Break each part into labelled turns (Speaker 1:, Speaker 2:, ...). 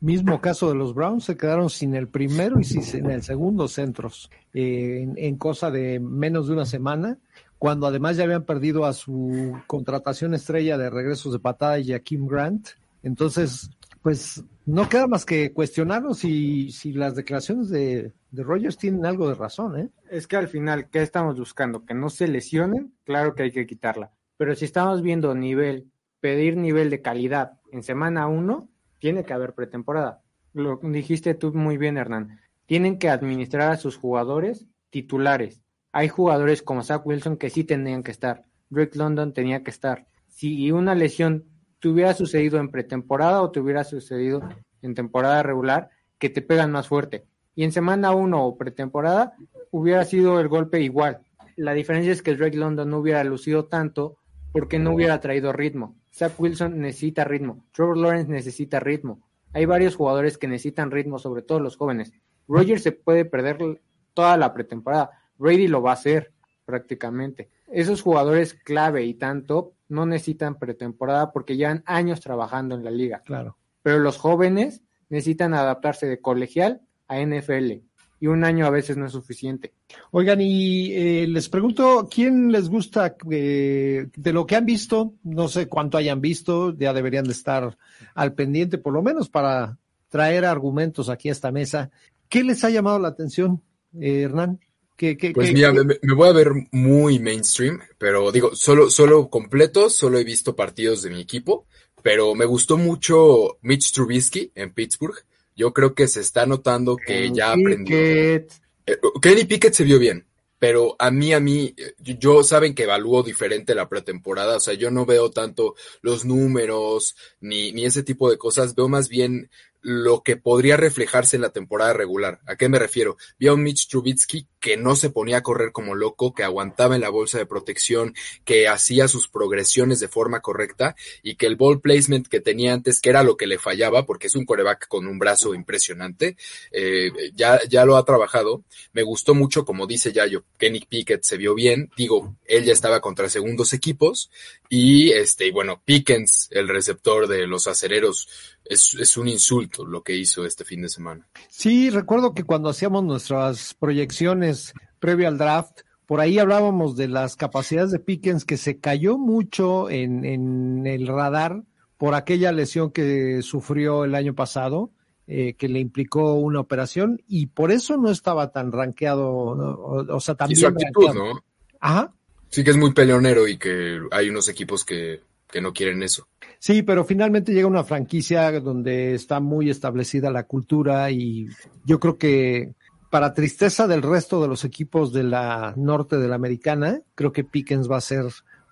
Speaker 1: Mismo caso de los Browns, se quedaron sin el primero y sin sin el segundo centros eh, en, en cosa de menos de una semana, cuando además ya habían perdido a su contratación estrella de regresos de patada, Jaquim Grant. Entonces, pues no queda más que cuestionarnos si, si las declaraciones de, de Rogers tienen algo de razón, ¿eh?
Speaker 2: Es que al final, ¿qué estamos buscando? Que no se lesionen, claro que hay que quitarla. Pero si estamos viendo nivel, pedir nivel de calidad en semana uno, tiene que haber pretemporada. Lo dijiste tú muy bien, Hernán. Tienen que administrar a sus jugadores titulares. Hay jugadores como Zach Wilson que sí tenían que estar. Drake London tenía que estar. Si una lesión te hubiera sucedido en pretemporada o te hubiera sucedido en temporada regular, que te pegan más fuerte. y en semana 1 o pretemporada hubiera sido el golpe igual. La diferencia es que Drake London no hubiera lucido tanto porque no hubiera traído ritmo. Zach Wilson necesita ritmo, Trevor Lawrence necesita ritmo. Hay varios jugadores que necesitan ritmo, sobre todo los jóvenes. Rogers se puede perder toda la pretemporada, Brady lo va a hacer prácticamente. Esos jugadores clave y tanto no necesitan pretemporada porque llevan años trabajando en la liga.
Speaker 1: Claro.
Speaker 2: Pero los jóvenes necesitan adaptarse de colegial a NFL y un año a veces no es suficiente.
Speaker 1: Oigan, y eh, les pregunto, ¿quién les gusta eh, de lo que han visto? No sé cuánto hayan visto, ya deberían de estar al pendiente, por lo menos para traer argumentos aquí a esta mesa. ¿Qué les ha llamado la atención, eh, Hernán? ¿Qué, qué,
Speaker 3: Pues
Speaker 1: qué-
Speaker 3: mira,
Speaker 1: qué-
Speaker 3: me, me voy a ver muy mainstream, pero digo, solo, solo completo, solo he visto partidos de mi equipo, pero me gustó mucho Mitch Trubisky en Pittsburgh. Yo creo que se está notando que ya aprendió.
Speaker 2: Pickett,
Speaker 3: Eh, Kenny Pickett se vio bien, pero a mí, a mí, eh, yo, yo saben que evalúo diferente la pretemporada, o sea, yo no veo tanto los números ni, ni ese tipo de cosas, veo más bien lo que podría reflejarse en la temporada regular. ¿A qué me refiero? Vi a un Mitch Trubisky que no se ponía a correr como loco, que aguantaba en la bolsa de protección, que hacía sus progresiones de forma correcta y que el ball placement que tenía antes, que era lo que le fallaba, porque es un coreback con un brazo impresionante, eh, ya, ya lo ha trabajado. Me gustó mucho, como dice Yayo, Kenny Pickett se vio bien. Digo, él ya estaba contra segundos equipos. Y este, y bueno, Pickens, el receptor de los acereros, es, es un insulto lo que hizo este fin de semana.
Speaker 1: Sí, recuerdo que cuando hacíamos nuestras proyecciones previo al draft, por ahí hablábamos de las capacidades de Pickens que se cayó mucho en, en el radar por aquella lesión que sufrió el año pasado, eh, que le implicó una operación y por eso no estaba tan rankeado, ¿no? o, o sea, también.
Speaker 3: y su actitud,
Speaker 1: rankeado.
Speaker 3: ¿no?
Speaker 1: Ajá.
Speaker 3: Sí que es muy peleonero y que hay unos equipos que, que no quieren eso.
Speaker 1: Sí, pero finalmente llega una franquicia donde está muy establecida la cultura y yo creo que para tristeza del resto de los equipos de la norte de la americana, creo que Pickens va a ser,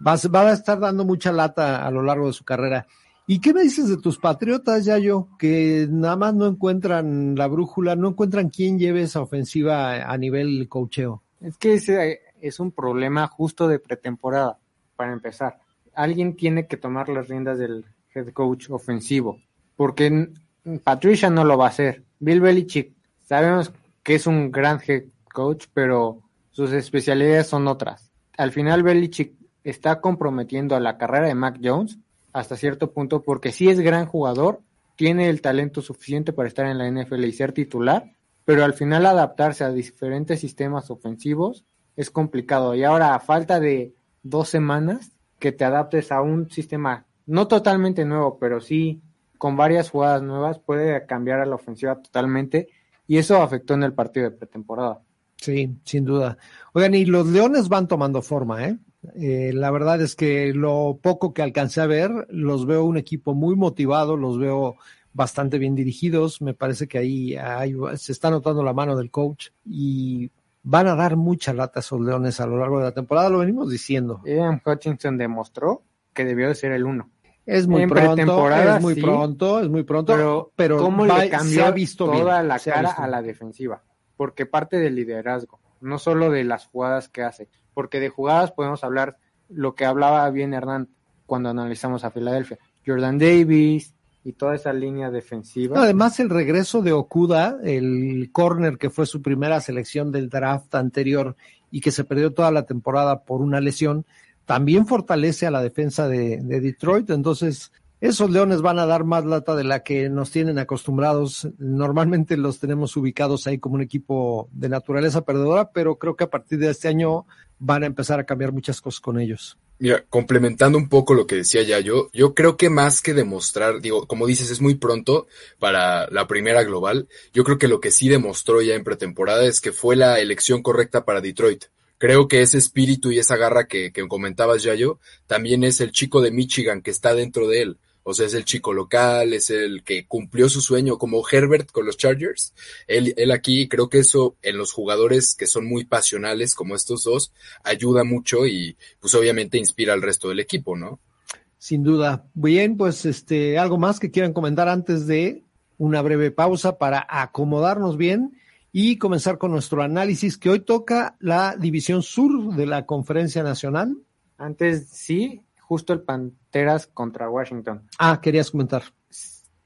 Speaker 1: va a, ser- va a estar dando mucha lata a lo largo de su carrera. ¿Y qué me dices de tus patriotas, Yayo? Que nada más no encuentran la brújula, no encuentran quién lleve esa ofensiva a nivel cocheo.
Speaker 2: Es que ese eh, es un problema justo de pretemporada, para empezar. Alguien tiene que tomar las riendas del head coach ofensivo, porque n- Patricia no lo va a hacer. Bill Belichick, sabemos que es un gran head coach, pero sus especialidades son otras. Al final Belichick está comprometiendo a la carrera de Mac Jones hasta cierto punto, porque sí es gran jugador, tiene el talento suficiente para estar en la NFL y ser titular, pero al final adaptarse a diferentes sistemas ofensivos es complicado. Y ahora, a falta de dos semanas, que te adaptes a un sistema no totalmente nuevo, pero sí con varias jugadas nuevas, puede cambiar a la ofensiva totalmente. Y eso afectó en el partido de pretemporada.
Speaker 1: Sí, sin duda. Oigan, y los leones van tomando forma, ¿eh? Eh, la verdad es que lo poco que alcancé a ver, los veo un equipo muy motivado, los veo bastante bien dirigidos. Me parece que ahí hay- se está notando la mano del coach y van a dar mucha lata esos leones a lo largo de la temporada, lo venimos diciendo.
Speaker 2: Ian Hutchinson demostró que debió de ser el uno.
Speaker 1: Es muy
Speaker 2: En
Speaker 1: pronto,
Speaker 2: pretemporada,
Speaker 1: es muy
Speaker 2: sí.
Speaker 1: pronto, es muy pronto,
Speaker 2: Pero,
Speaker 1: pero,
Speaker 2: ¿cómo
Speaker 1: va-
Speaker 2: le cambió
Speaker 1: se ha visto
Speaker 2: toda
Speaker 1: bien,
Speaker 2: la
Speaker 1: se ha
Speaker 2: cara
Speaker 1: visto
Speaker 2: a la
Speaker 1: bien.
Speaker 2: defensiva? Porque parte del liderazgo, no solo de las jugadas que hace. Porque de jugadas podemos hablar lo que hablaba bien Hernán cuando analizamos a Filadelfia. Jordan Davis y toda esa línea defensiva.
Speaker 1: No, además, el regreso de Okuda, el corner que fue su primera selección del draft anterior y que se perdió toda la temporada por una lesión, también fortalece a la defensa de, de Detroit. Entonces, esos leones van a dar más lata de la que nos tienen acostumbrados. Normalmente los tenemos ubicados ahí como un equipo de naturaleza perdedora, pero creo que a partir de este año van a empezar a cambiar muchas cosas con ellos.
Speaker 3: Mira, complementando un poco lo que decía ya yo, yo creo que más que demostrar, digo, como dices, es muy pronto para la primera global. Yo creo que lo que sí demostró ya en pretemporada es que fue la elección correcta para Detroit. Creo que ese espíritu y esa garra que, que comentabas, Yayo, también es el chico de Michigan que está dentro de él. O sea, es el chico local, es el que cumplió su sueño, como Herbert con los Chargers. Él, él aquí, creo que eso en los jugadores que son muy pasionales como estos dos, ayuda mucho y, pues obviamente inspira al resto del equipo, ¿no?
Speaker 1: Sin duda. Bien, pues este, algo más que quieran comentar antes de una breve pausa para acomodarnos bien y comenzar con nuestro análisis que hoy toca la división sur de la Conferencia Nacional.
Speaker 2: Antes sí, justo el Panteras contra Washington.
Speaker 1: Ah, querías comentar.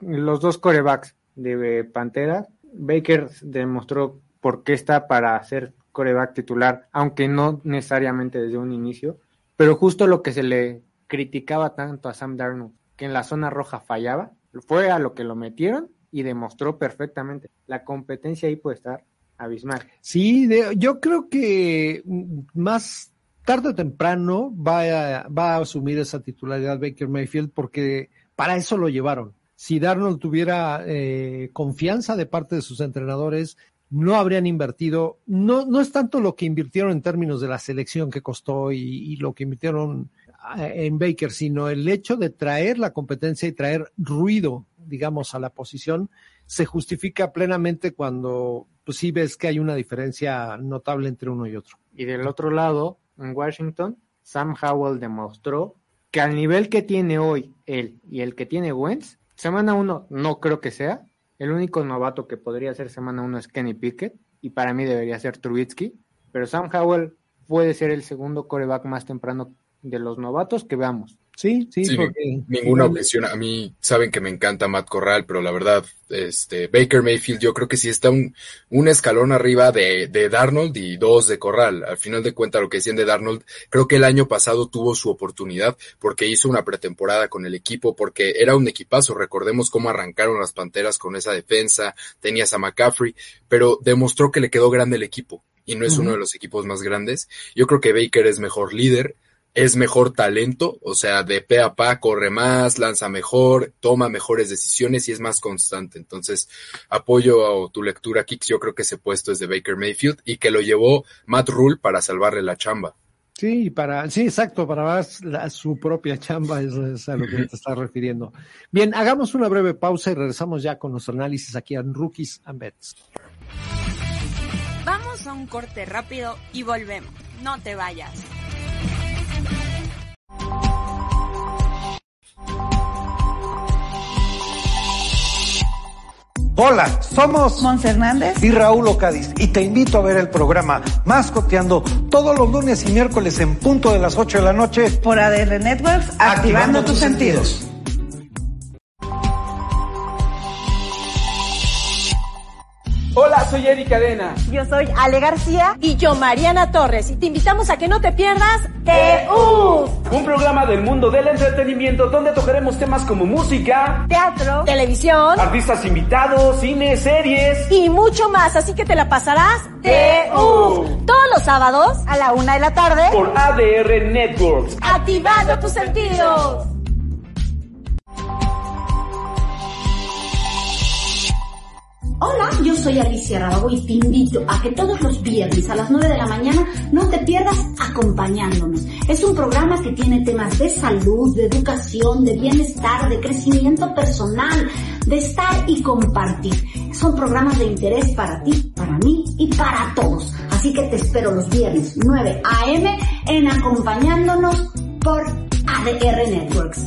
Speaker 2: Los dos corebacks de eh, Panteras, Baker demostró por qué está para ser coreback titular, aunque no necesariamente desde un inicio, pero justo lo que se le criticaba tanto a Sam Darnold, que en la zona roja fallaba, fue a lo que lo metieron y demostró perfectamente. La competencia ahí puede estar abismal.
Speaker 1: Sí, de- yo creo que mm, más tarde o temprano va a, va a asumir esa titularidad Baker Mayfield porque para eso lo llevaron. Si Darnold tuviera eh, confianza de parte de sus entrenadores, no habrían invertido, no, no es tanto lo que invirtieron en términos de la selección que costó y, y lo que invirtieron eh, en Baker, sino el hecho de traer la competencia y traer ruido, digamos, a la posición, se justifica plenamente cuando pues sí ves que hay una diferencia notable entre uno y otro.
Speaker 2: Y del otro lado, en Washington, Sam Howell demostró que al nivel que tiene hoy él y el que tiene Wentz, semana uno no creo que sea. El único novato que podría ser semana uno es Kenny Pickett y para mí debería ser Trubisky. Pero Sam Howell puede ser el segundo coreback más temprano de los novatos que veamos.
Speaker 1: Sí, sí,
Speaker 3: Sí,
Speaker 1: porque
Speaker 3: Ninguna objeción. A mí saben que me encanta Matt Corral, pero la verdad, este Baker Mayfield, yo creo que sí está un, un escalón arriba de, de Darnold y dos de Corral. Al final de cuentas, lo que decían de Darnold, creo que el año pasado tuvo su oportunidad porque hizo una pretemporada con el equipo, porque era un equipazo. Recordemos cómo arrancaron las panteras con esa defensa, tenías a McCaffrey, pero demostró que le quedó grande el equipo y no es uno de los equipos más grandes. Yo creo que Baker es mejor líder, es mejor talento, o sea, de pe a pa corre más, lanza mejor, toma mejores decisiones y es más constante. Entonces, apoyo a tu lectura, Kix. Yo creo que ese puesto es de Baker Mayfield y que lo llevó Matt Rule para salvarle la chamba.
Speaker 1: sí, para, sí, exacto, para más la- su propia chamba es, es a lo que te estás refiriendo. Bien, hagamos una breve pausa y regresamos ya con nuestro análisis aquí en Rookies and Bets.
Speaker 4: Vamos a un corte rápido y volvemos. No te vayas.
Speaker 5: Hola, somos Mons Hernández y Raúl Ocádiz y te invito a ver el programa Mascoteando todos los lunes y miércoles en punto de las 8 de la noche por ADR Networks, activando, tus, sentidos.
Speaker 6: Hola, soy Eric Cadena.
Speaker 7: Yo soy Ale García y yo Mariana Torres y te invitamos a que no te pierdas TU,
Speaker 6: Un programa del mundo del entretenimiento donde tocaremos temas como música,
Speaker 7: teatro, Ah. televisión
Speaker 6: artistas invitados, cine, series.
Speaker 7: y mucho más, así que te la pasarás TU todos los sábados a la una de la tarde
Speaker 6: Por ADR Networks.
Speaker 7: activando tus sentidos.
Speaker 8: Hola, yo soy Alicia Rabago y te invito a que todos los viernes a las 9 de la mañana no te pierdas acompañándonos. Es un programa que tiene temas de salud, de educación, de bienestar, de crecimiento personal, de estar y compartir. Son programas de interés para ti, para mí y para todos. Así que te espero los viernes 9 a.m. en acompañándonos por ADR Networks.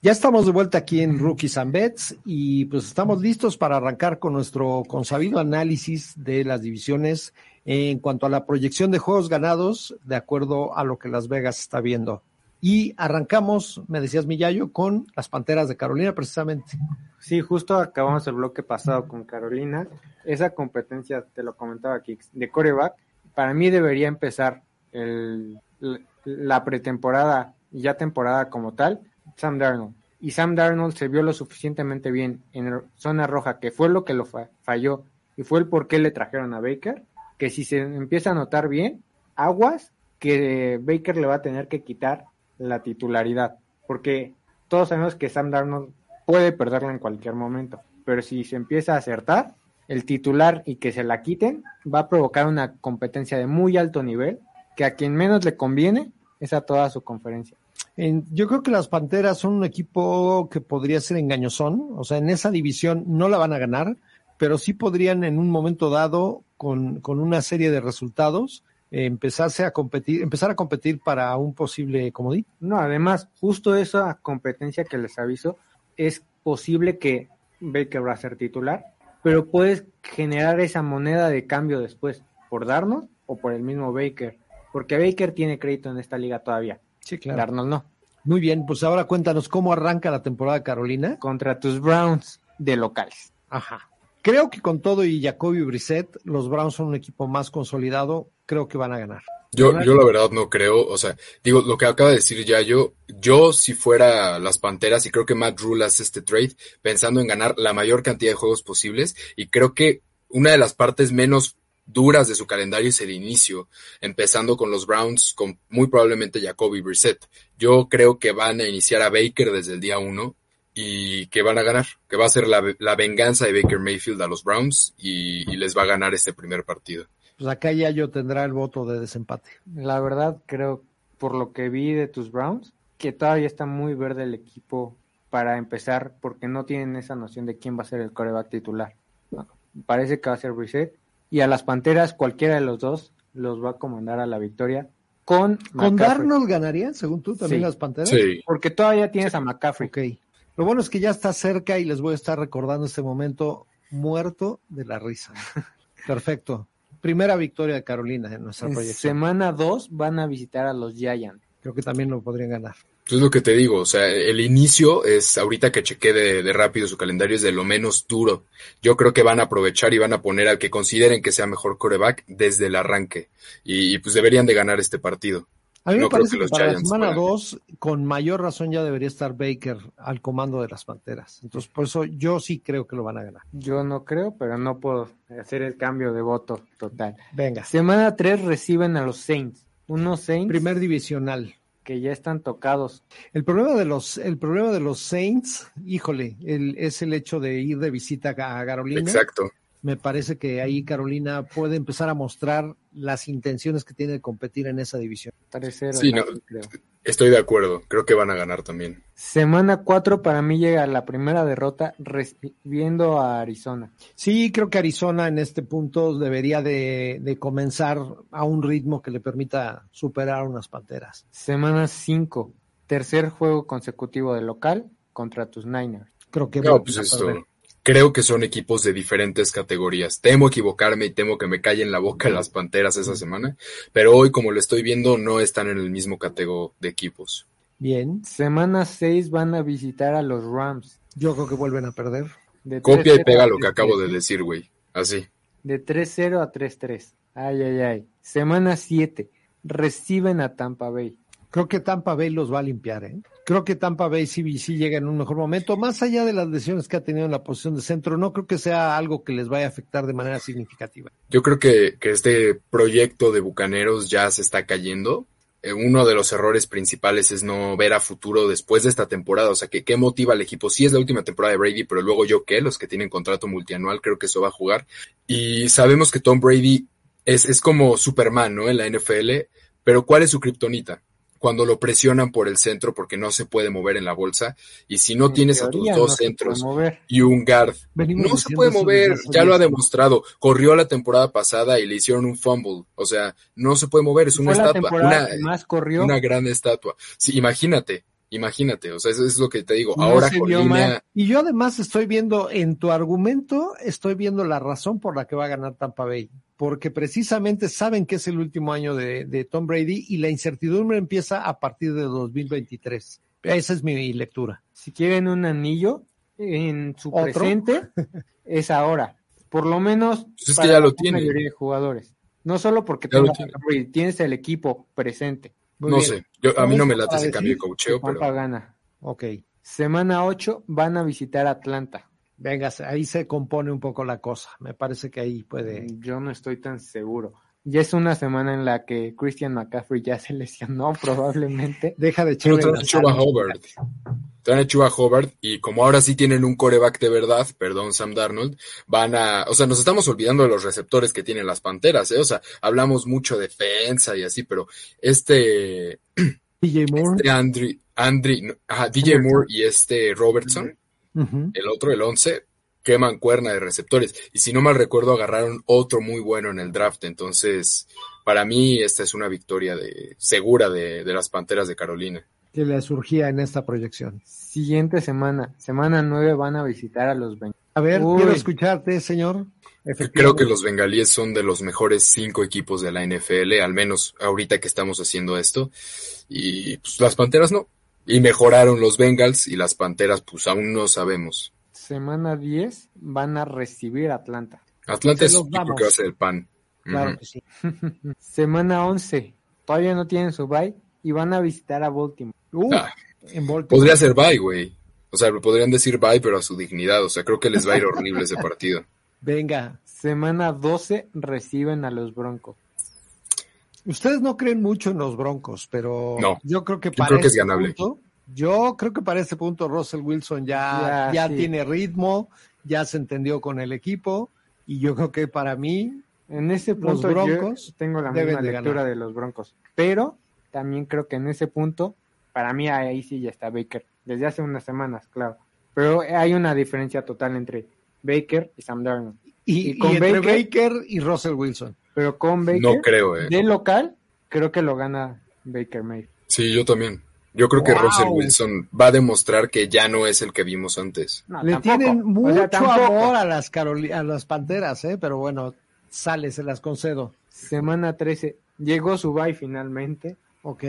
Speaker 1: Ya estamos de vuelta aquí en Rookies and Bets y pues estamos listos para arrancar con nuestro consabido análisis de las divisiones en cuanto a la proyección de juegos ganados de acuerdo a lo que Las Vegas está viendo. Y arrancamos, me decías Miyayo, con las Panteras de Carolina precisamente.
Speaker 2: Sí, justo acabamos el bloque pasado con Carolina. Esa competencia, te lo comentaba aquí, de coreback, para mí debería empezar el- l- la pretemporada y ya temporada como tal, Sam Darnold. Y Sam Darnold se vio lo suficientemente bien en ro- zona roja, que fue lo que lo fa- falló y fue el por qué le trajeron a Baker, que si se empieza a notar bien, aguas que Baker le va a tener que quitar la titularidad, porque todos sabemos que Sam Darnold puede perderla en cualquier momento, pero si se empieza a acertar, el titular y que se la quiten, va a provocar una competencia de muy alto nivel que a quien menos le conviene es a toda su conferencia.
Speaker 1: En- yo creo que las Panteras son un equipo que podría ser engañosón, o sea, en esa división no la van a ganar, pero sí podrían en un momento dado, con, con una serie de resultados, eh, empezarse a competir, empezar a competir para un posible comodín.
Speaker 2: No, además, justo esa competencia que les aviso, es posible que Baker va a ser titular, pero puedes generar esa moneda de cambio después, por Darnold o por el mismo Baker, porque Baker tiene crédito en esta liga todavía.
Speaker 1: Sí, claro.
Speaker 2: Darnold no.
Speaker 1: Muy bien, pues ahora cuéntanos cómo arranca la temporada Carolina.
Speaker 2: Contra tus Browns de locales.
Speaker 1: Ajá. Creo que con todo y Jacoby Brissett, los Browns son un equipo más consolidado, creo que van a ganar.
Speaker 3: Yo, yo la verdad no creo, o sea, digo, lo que acaba de decir ya yo, yo si fuera las Panteras y creo que Matt Rule hace este trade pensando en ganar la mayor cantidad de juegos posibles y creo que una de las partes menos duras de su calendario es el inicio, empezando con los Browns con muy probablemente Jacoby Brissett. Yo creo que van a iniciar a Baker desde el día uno y que van a ganar, que va a ser la, la venganza de Baker Mayfield a los Browns y- y les va a ganar este primer partido.
Speaker 1: Pues acá ya yo tendrá el voto de desempate.
Speaker 2: La verdad, creo, por lo que vi de tus Browns, que todavía está muy verde el equipo para empezar, porque no tienen esa noción de quién va a ser el coreback titular. Parece que va a ser Reset. Y a las Panteras, cualquiera de los dos los va a comandar a la victoria con
Speaker 1: ¿Con
Speaker 2: McCaffrey.
Speaker 1: Darnold ganarían, según tú, también
Speaker 2: Sí.
Speaker 1: las Panteras?
Speaker 2: Porque todavía tienes a McCaffrey.
Speaker 1: Ok. Lo bueno es que ya está cerca y les voy a estar recordando este momento muerto de la risa. Perfecto. Primera victoria de Carolina en nuestra
Speaker 2: En
Speaker 1: proyección.
Speaker 2: semana 2 van a visitar a los Giants.
Speaker 1: Creo que también lo podrían ganar.
Speaker 3: Pues Es lo que te digo, o sea, el inicio es, ahorita que chequé de, de rápido su calendario, es de lo menos duro. Yo creo que van a aprovechar y van a poner al que consideren que sea mejor coreback desde el arranque. Y, y, pues deberían de ganar este partido.
Speaker 1: A mí
Speaker 3: No
Speaker 1: me
Speaker 3: creo
Speaker 1: parece
Speaker 3: que
Speaker 1: que,
Speaker 3: los
Speaker 1: para la
Speaker 3: Giants
Speaker 1: semana
Speaker 3: puedan.
Speaker 1: 2, con mayor razón ya debería estar Baker al comando de las Panteras. Entonces, por eso yo sí creo que lo van a ganar.
Speaker 2: Yo no creo, pero no puedo hacer el cambio de voto total.
Speaker 1: Venga.
Speaker 2: Semana 3 reciben a los Saints. Unos Saints
Speaker 1: Primer divisional.
Speaker 2: que ya están tocados.
Speaker 1: El problema de los, el problema de los Saints, híjole, el- es el hecho de ir de visita a Carolina.
Speaker 3: Exacto.
Speaker 1: Me parece que ahí Carolina puede empezar a mostrar las intenciones que tiene de competir en esa división.
Speaker 2: 3-0.
Speaker 3: Sí, no, estoy de acuerdo. Creo que van a ganar también.
Speaker 2: Semana 4 para mí llega la primera derrota recibiendo a Arizona.
Speaker 1: Sí, creo que Arizona en este punto debería de, de comenzar a un ritmo que le permita superar a unas panteras.
Speaker 2: Semana 5, tercer juego consecutivo de local contra tus Niners.
Speaker 1: Creo que
Speaker 3: No, pues esto. Creo que son equipos de diferentes categorías. Temo equivocarme y temo que me callen la boca las panteras esa semana. Pero hoy, como lo estoy viendo, no están en el mismo categoría de equipos.
Speaker 1: Bien,
Speaker 2: Semana 6 van a visitar a los Rams.
Speaker 1: yo creo que vuelven a perder.
Speaker 2: De
Speaker 3: Copia y
Speaker 2: 3-0
Speaker 3: pega
Speaker 2: a
Speaker 3: lo que acabo de
Speaker 2: 3-3.
Speaker 3: decir, güey. Así.
Speaker 2: De 3-0 a 3-3. Ay, ay, ay. Semana 7 reciben a Tampa Bay.
Speaker 1: Creo que Tampa Bay los va a limpiar, ¿eh? Creo que Tampa Bay sí, sí llega en un mejor momento, más allá de las lesiones que ha tenido en la posición de centro, no creo que sea algo que les vaya a afectar de manera significativa.
Speaker 3: Yo creo que, que este proyecto de Bucaneros ya se está cayendo. Eh, uno de los errores principales es no ver a futuro después de esta temporada. O sea, que, ¿qué motiva al equipo? Sí es la última temporada de Brady, pero luego yo qué, los que tienen contrato multianual, creo que eso va a jugar. Y sabemos que Tom Brady es, es como Superman, ¿no? En la NFL, pero ¿cuál es su kriptonita? Cuando lo presionan por el centro porque no se puede mover en la bolsa. Y si no
Speaker 2: En
Speaker 3: tienes
Speaker 2: teoría,
Speaker 3: a tus dos
Speaker 2: no se
Speaker 3: centros
Speaker 2: puede mover.
Speaker 3: y un guard.
Speaker 1: Venimos
Speaker 3: no se
Speaker 1: diciendo
Speaker 3: puede
Speaker 1: eso
Speaker 3: mover,
Speaker 1: desde hace
Speaker 3: ya lo ha
Speaker 1: días.
Speaker 3: demostrado. Corrió la temporada pasada y le hicieron un fumble. O sea, no se puede mover, es una
Speaker 2: Fue la
Speaker 3: estatua,
Speaker 2: temporada
Speaker 3: una,
Speaker 2: que más corrió.
Speaker 3: una gran estatua. Sí, imagínate, imagínate. O sea, eso es lo que te digo.
Speaker 2: No
Speaker 3: Ahora
Speaker 2: se vio
Speaker 3: Colina,
Speaker 2: mal.
Speaker 1: Y yo además estoy viendo en tu argumento, estoy viendo la razón por la que va a ganar Tampa Bay, porque precisamente saben que es el último año de, de Tom Brady y la incertidumbre empieza a partir de 2023. Esa es mi lectura.
Speaker 2: Si quieren un anillo en su
Speaker 1: ¿Otro?
Speaker 2: presente, es ahora. Por lo menos
Speaker 3: Pues es
Speaker 2: para
Speaker 3: que ya
Speaker 2: la
Speaker 3: lo
Speaker 2: gran
Speaker 3: tiene.
Speaker 2: mayoría de jugadores. No solo porque
Speaker 3: Ya lo
Speaker 2: tengas
Speaker 3: tiene.
Speaker 2: a Brady, tienes el equipo presente.
Speaker 1: Muy
Speaker 3: no
Speaker 1: bien.
Speaker 3: sé, yo, a mí no me late
Speaker 1: Para
Speaker 3: ese
Speaker 1: decir
Speaker 3: cambio de coacheo,
Speaker 2: Tampa
Speaker 3: pero
Speaker 2: gana.
Speaker 1: Ok,
Speaker 2: Semana 8 van a visitar Atlanta.
Speaker 1: venga, ahí se compone un poco la cosa. Me parece que ahí puede.
Speaker 2: Yo no estoy tan seguro. Ya es una semana en la que Christian McCaffrey ya se lesionó probablemente.
Speaker 1: Deja de
Speaker 3: no
Speaker 1: echarle
Speaker 3: trae
Speaker 1: las
Speaker 3: Chuba
Speaker 1: ganas.
Speaker 3: Hubbard. traen a Chuba Hobart y como ahora sí tienen un coreback de verdad, perdón Sam Darnold, van a, o sea, nos estamos olvidando de los receptores que tienen las Panteras, ¿eh? o sea, hablamos mucho de defensa y así, pero este...
Speaker 1: DJ Moore.
Speaker 3: Este Andri, Andri, no, ajá, DJ Moore y este Robertson,
Speaker 1: Uh -huh.
Speaker 3: el otro, el 11, queman cuerna de receptores. Y si no mal recuerdo, agarraron otro muy bueno en el draft. Entonces, para mí, esta es una victoria de, segura de, de las Panteras de Carolina.
Speaker 1: Que le surgía en esta proyección.
Speaker 2: Siguiente semana, semana 9, van a visitar a los Bengals.
Speaker 1: A ver,
Speaker 2: Uy.
Speaker 1: quiero escucharte, señor.
Speaker 3: Creo que los bengalíes son de los mejores cinco equipos de la NFL, al menos ahorita que estamos haciendo esto. Y pues, las Panteras no. Y mejoraron los Bengals y las Panteras, pues aún no sabemos.
Speaker 2: Semana 10 van a recibir a Atlanta.
Speaker 3: Atlanta es
Speaker 2: Se
Speaker 3: un
Speaker 2: los
Speaker 3: equipo
Speaker 2: vamos.
Speaker 3: que va a ser el pan.
Speaker 2: Claro
Speaker 3: Ujú.
Speaker 2: que sí. Semana 11. Todavía no tienen su bye y van a visitar a Baltimore.
Speaker 1: Uh,
Speaker 3: Ah.
Speaker 1: en Baltimore.
Speaker 3: Podría ser bye, güey. O sea, le podrían decir bye, pero a su dignidad. O sea, creo que les va a ir horrible ese partido.
Speaker 1: Venga.
Speaker 2: Semana 12 reciben a los Broncos.
Speaker 1: Ustedes no creen mucho en los Broncos, pero
Speaker 3: No.
Speaker 1: yo creo que
Speaker 3: Yo
Speaker 1: para
Speaker 3: creo que es
Speaker 1: este
Speaker 3: ganable.
Speaker 1: punto, yo creo que para este punto Russell Wilson ya,
Speaker 2: Ya,
Speaker 1: ya
Speaker 2: sí.
Speaker 1: tiene ritmo, ya se entendió con el equipo y yo creo que para mí
Speaker 2: En ese
Speaker 1: Los
Speaker 2: punto yo
Speaker 1: Broncos
Speaker 2: tengo la
Speaker 1: deben
Speaker 2: misma
Speaker 1: de
Speaker 2: lectura
Speaker 1: ganar.
Speaker 2: de los Broncos, pero también creo que en ese punto para mí ahí sí ya está Baker desde hace unas semanas, claro. Pero hay una diferencia total entre Baker y Sam Darnold.
Speaker 1: y,
Speaker 2: Y con
Speaker 1: y entre
Speaker 2: Baker-
Speaker 1: Baker y Russell Wilson.
Speaker 2: Pero con Baker
Speaker 3: No creo, eh.
Speaker 2: de local creo que lo gana Baker Mayfield.
Speaker 3: Sí, yo también. Yo creo que
Speaker 1: Wow.
Speaker 3: Russell Wilson va a demostrar que ya no es el que vimos antes.
Speaker 2: No,
Speaker 1: Le
Speaker 2: Ah, tampoco.
Speaker 1: tienen
Speaker 2: O
Speaker 1: mucho
Speaker 2: sea, tampoco.
Speaker 1: amor a las Caroli- a las Panteras, eh, pero bueno, sale, se las concedo.
Speaker 2: Semana 13 llegó su bye finalmente
Speaker 1: Ok,